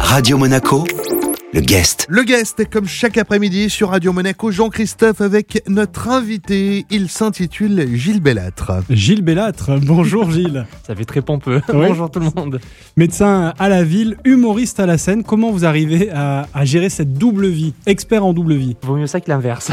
Radio Monaco, le guest. Le guest est comme chaque après-midi sur Radio Monaco, Jean-Christophe avec notre invité. Il s'intitule Gilles Bellâtre. Gilles Bellâtre, bonjour Gilles, Ça fait très pompeux. Oui. Bonjour tout le monde. médecin à la ville, humoriste à la scène, comment vous arrivez à, à gérer cette double vie, expert en double vie Vaut mieux ça que l'inverse.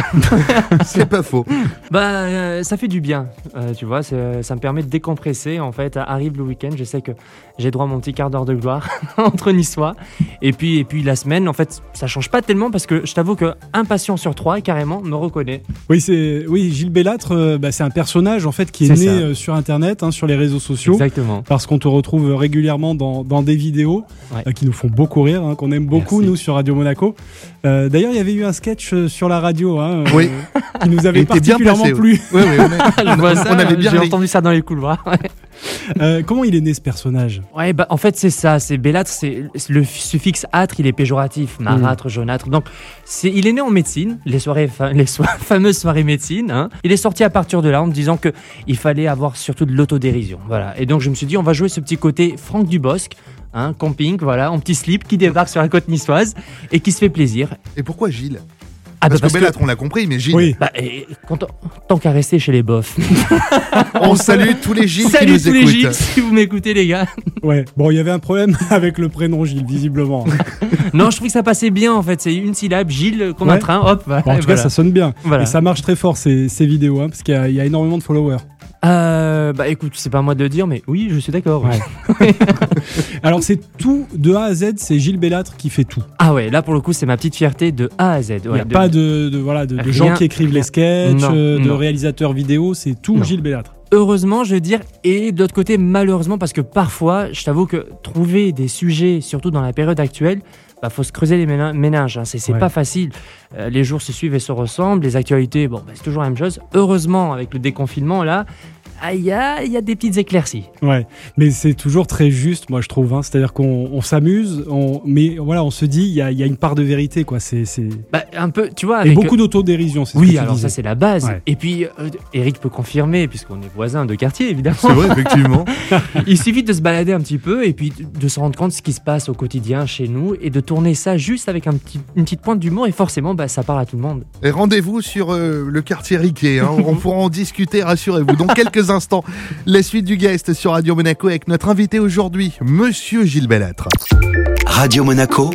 C'est pas faux. bah, euh, ça fait du bien, euh, tu vois. c'est- Ça me permet de décompresser. En fait, arrive le week-end, je sais que j'ai droit à mon petit quart d'heure de gloire entre niçois. Et puis, et puis la semaine, en fait, ça change pas tellement parce que je t'avoue que un patient sur trois carrément me reconnaît. Oui, c'est oui Gilles Bellâtre, euh, bah, c'est un personnage en fait qui est, né C'est ça. euh, sur Internet, hein, sur les réseaux sociaux. Exactement. Parce qu'on te retrouve euh, régulièrement dans, dans des vidéos Ouais. euh, qui nous font beaucoup rire, hein, qu'on aime beaucoup, Merci. nous, sur Radio Monaco. Euh, D'ailleurs, il y avait eu un sketch euh, sur la radio hein, euh, Oui. qui nous avait Il était bien particulièrement placé, plu. Oui, oui, on est- Je vois ça, on avait bien j'ai ri. entendu ça dans les couloirs. Euh, comment il est né ce personnage Ouais, bah, en fait, c'est ça. C'est Bellâtre, c'est le suffixe âtre, il est péjoratif. Marâtre, Mm. jaunâtre. Donc, c'est, il est né en médecine, les soirées, fa- les so- fameuses soirées médecine. hein. Il est sorti à partir de là en me disant que il fallait avoir surtout de l'autodérision. Voilà. Et donc, je me suis dit, on va jouer ce petit côté Franck Dubosc. Hein, camping, voilà, en petit slip qui débarque sur la côte niçoise et qui se fait plaisir. Et pourquoi Gilles Ah bah, Parce que que- Bellâtre, on l'a compris, mais Gilles, Oui. bah, et quand on- tant qu'à rester chez les bofs. on salue tous les Gilles qui Salut nous tous les écoutent. Gilles, si vous m'écoutez les gars. Ouais. Bon, il y avait un problème avec le prénom Gilles, visiblement. Non, je trouve que ça passait bien en fait. C'est une syllabe, Gilles, comme un Ouais. train, hop. Bon, en tout cas, voilà. ça sonne bien. Voilà. Et ça marche très fort ces, ces vidéos, hein, parce qu'il y, a- il y a énormément de followers. Euh, bah écoute, c'est pas à moi de le dire, mais oui, je suis d'accord. Ouais. Alors c'est tout de A à Z, c'est Gilles Bellâtre qui fait tout. Ah ouais, là pour le coup, c'est ma petite fierté de A à Z. Il n'y ouais, a de- pas de, de- voilà, de, de Rien, gens qui écrivent les rien. sketchs, Non, euh, de non. réalisateurs vidéo, c'est tout Non. Gilles Bellâtre. Heureusement, je veux dire, et de l'autre côté, malheureusement, parce que parfois, je t'avoue que trouver des sujets, surtout dans la période actuelle, bah faut se creuser les ménin- méninges. hein, C'est c'est Ouais. pas facile. Euh, les jours se suivent et se ressemblent. Les actualités, bon, bah, c'est toujours la même chose. Heureusement, avec le déconfinement là, ah, il y a, il y a des petites éclaircies. Ouais, mais c'est toujours très juste, moi je trouve. hein. C'est-à-dire qu'on on s'amuse, on, mais voilà, on se dit il y a, il y a une part de vérité, quoi. C'est c'est- Bah, un peu, tu vois. et avec- beaucoup d'autodérision. c'est ce que Oui, tu alors disais. ça c'est la base. Ouais. Et puis, euh, Eric peut confirmer, puisqu'on est voisins de quartier, évidemment. C'est vrai, effectivement. Il suffit de se balader un petit peu et puis de se rendre compte de ce qui se passe au quotidien chez nous et de tourner ça juste avec un petit, une petite pointe d'humour et forcément bah, ça parle à tout le monde. Et rendez-vous sur euh, le quartier Riquet. hein. On pourra en discuter, rassurez-vous. Dans quelques instants, la suite du guest sur Radio Monaco avec notre invité aujourd'hui, Monsieur Gilles Bellâtre. Radio Monaco,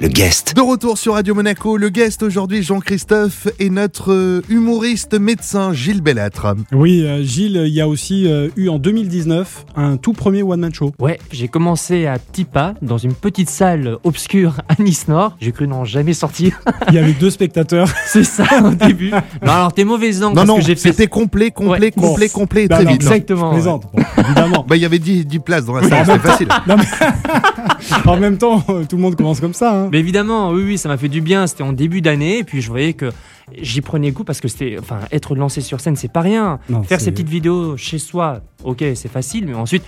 le guest. De retour sur Radio Monaco, le guest aujourd'hui, Jean-Christophe, et notre euh, humoriste médecin Gilles Bellâtre. Oui, euh, Gilles, il y a aussi euh, eu en 2019 un tout premier one man show. Ouais, j'ai commencé à petits pas dans une petite salle obscure à Nice Nord. J'ai cru n'en jamais sortir. Il y avait deux spectateurs. C'est ça au début. Non, alors t'es mauvaise langue Non, parce non, que j'ai fait. c'était complet, complet, Ouais. complet, Bon. complet, et Non, très Bah non, vite. non, Exactement, je plaisante, bon, évidemment. Bah, il y avait 10, 10 places dans la salle, c'était facile. Non, mais- en même temps, euh, tout le monde commence comme ça. hein. Mais évidemment, oui, oui, ça m'a fait du bien. C'était en début d'année et puis je voyais que j'y prenais goût parce que c'était, enfin, être lancé sur scène, c'est pas rien. Non, Faire c'est- ses petites vidéos chez soi, ok, c'est facile, mais ensuite,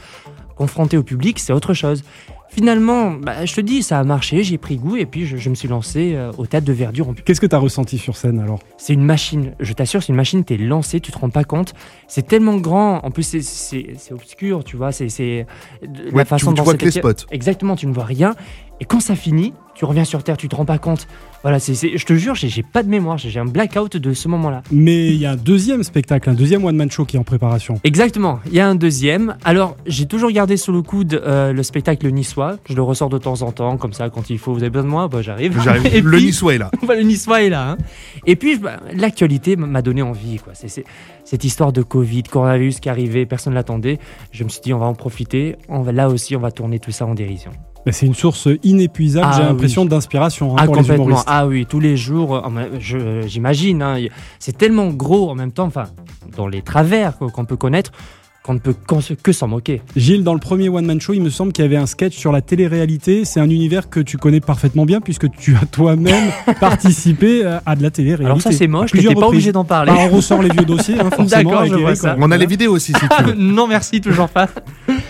confronter au public, c'est autre chose. Finalement, bah, je te dis, ça a marché, j'ai pris goût et puis je, je me suis lancé euh, au théâtre de verdure. en public. Qu'est-ce que t'as ressenti sur scène alors C'est une machine, je t'assure, c'est une machine, t'es lancé, tu te rends pas compte. C'est tellement grand, en plus c'est- c'est c'est obscur, tu vois, c'est c'est de- Ouais, tu- tu dont vois c'est que les écrit- spots. Exactement, tu ne vois rien. Et quand ça finit, tu reviens sur Terre, tu te rends pas compte. Voilà, c'est c'est- je te jure, j'ai- j'ai pas de mémoire, j'ai j'ai un blackout de ce moment-là. Mais il y a un deuxième spectacle, un deuxième one man show qui est en préparation. Exactement, il y a un deuxième. Alors, j'ai toujours gardé sous le coude euh, le spectacle niçois. Je le ressors de temps en temps, comme ça, quand il faut, vous avez besoin de moi, bah, j'arrive. Et J'arrive. Le puis- Niçois est là. Bah, le niçois est là. hein. Et puis, bah, l'actualité m- m'a donné envie. Quoi. C'est, c'est- cette histoire de Covid, coronavirus qui arrivait, personne ne l'attendait. Je me suis dit, on va en profiter. On va, là aussi, on va tourner tout ça en dérision. Bah, C'est une source inépuisable, Ah j'ai oui. l'impression, d'inspiration hein, ah, pour les complètement. humoristes. Ah oui, tous les jours, euh, en même- je- j'imagine. hein, y- c'est tellement gros en même temps, enfin, dans les travers quoi, qu'on peut connaître, qu'on ne peut qu'en se- que s'en moquer. Gilles, dans le premier one man show, il me semble qu'il y avait un sketch sur la télé-réalité. C'est un univers que tu connais parfaitement bien puisque tu as toi-même participé euh, à de la télé-réalité. Alors ça c'est moche, mais Plusieurs t'es pas reprises. obligé d'en parler. Bah, on ressort les vieux dossiers, hein, forcément. D'accord, avec je vois Eric, ça. on- On a les vidéos aussi, si tu veux. non merci, toujours pas.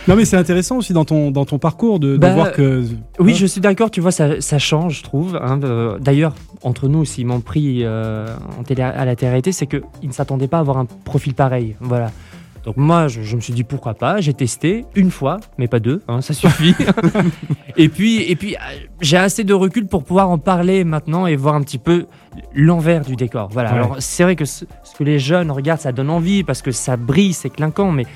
Non, mais c'est intéressant aussi dans ton, dans ton parcours de, de Bah, voir que. Oui, je suis d'accord, tu vois, ça, ça change, je trouve. hein. Euh, D'ailleurs, entre nous, s'ils m'ont pris euh, en télé, à la télé-réalité, c'est qu'ils ne s'attendaient pas à avoir un profil pareil. Voilà. Donc moi, je, je me suis dit pourquoi pas. J'ai testé une fois, mais pas deux, hein, ça suffit. et puis, et puis, euh, j'ai assez de recul pour pouvoir en parler maintenant et voir un petit peu l'envers du décor. Voilà. Ouais. Alors c'est vrai que ce, ce que les jeunes regardent, ça donne envie parce que ça brille, c'est clinquant, mais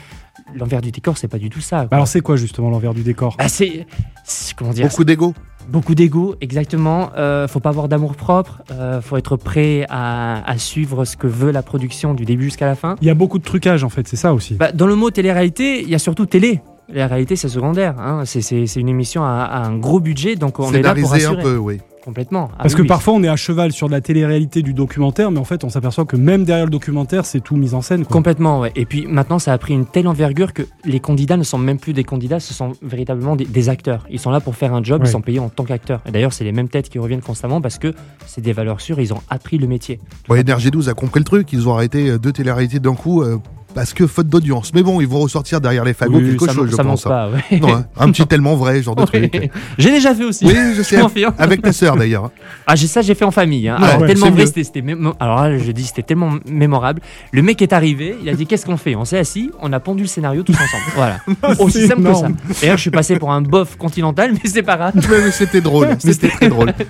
l'envers du décor, c'est pas du tout ça. quoi. Bah alors c'est quoi justement l'envers du décor Bah, c'est c'est- comment dire Beaucoup d'ego. Beaucoup d'ego, exactement. Euh, faut pas avoir d'amour propre. Euh, faut être prêt à, à suivre ce que veut la production du début jusqu'à la fin. Il y a beaucoup de trucage en fait, c'est ça aussi. Bah, dans le mot télé-réalité, il y a surtout télé. La réalité, c'est secondaire. hein. C'est- C'est c'est une émission à, à un gros budget, donc on est là pour Scénariser un assurer. peu, oui. Complètement. Ah Parce oui, que oui. parfois on est à cheval sur de la télé-réalité du documentaire, mais en fait on s'aperçoit que même derrière le documentaire, c'est tout mis en scène. quoi. Complètement, ouais. Et puis maintenant, ça a pris une telle envergure que les candidats ne sont même plus des candidats, ce sont véritablement des, des acteurs. Ils sont là pour faire un job, Ouais. ils sont payés en tant qu'acteurs. Et d'ailleurs, c'est les mêmes têtes qui reviennent constamment parce que c'est des valeurs sûres, ils ont appris le métier. Bon, Énergie 12 a compris le truc. Ils ont arrêté euh, deux télé-réalités d'un coup euh, parce que faute d'audience. Mais bon, ils vont ressortir derrière les fagots Oui, quelque Euh, ça, chose, man- je ça manque pense. hein. pas, ouais. Non, hein, un petit tellement vrai, genre de truc. J'ai déjà fait aussi. Oui, je Je sais. confirme. Avec ta sœur d'ailleurs. hein. Ah, j'ai ça, j'ai fait en famille. hein. Ouais, Alors, ouais, tellement c'est vrai, mieux. c'était, c'était mémo- Alors là, je dis, c'était tellement mémorable. Le mec est arrivé, il a dit Qu'est-ce qu'on fait On s'est assis, on a pondu le scénario tous ensemble. Voilà. Aussi c'est simple énorme. que ça. D'ailleurs, je suis passé pour un bof continental, mais c'est pas grave. Mais, mais c'était drôle. C'était très drôle.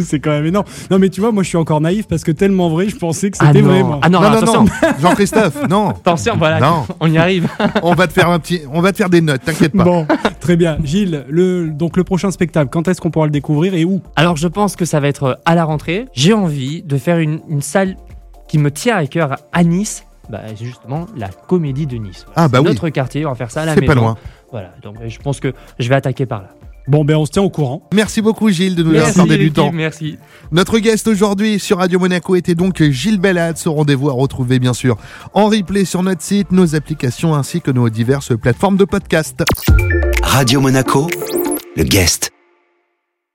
C'est quand même énorme. Non mais tu vois, moi je suis encore naïf parce que tellement vrai, je pensais que Ah c'était non. vrai. moi. Ah non, Non, non, attention, non. Jean-Christophe, non. attention, voilà. Non. On y arrive. On va te faire un petit. On va te faire des notes. T'inquiète pas. Bon, très bien. Gilles, le, donc le prochain spectacle, quand est-ce qu'on pourra le découvrir et où Alors, je pense que ça va être euh, à la rentrée. J'ai envie de faire une, une salle qui me tient à cœur à Nice. Bah, c'est justement la comédie de Nice. Ah bah oui. Notre quartier, on va faire ça à la C'est maison. pas loin. Voilà, donc euh, je pense que je vais attaquer par là. Bon, ben on se tient au courant. Merci beaucoup Gilles de nous avoir accordé du l'équipe, temps. merci. Notre guest aujourd'hui sur Radio Monaco était donc Gilles Bellade. Ce rendez-vous à retrouver bien sûr en replay sur notre site, nos applications ainsi que nos diverses plateformes de podcast. Radio Monaco, le guest.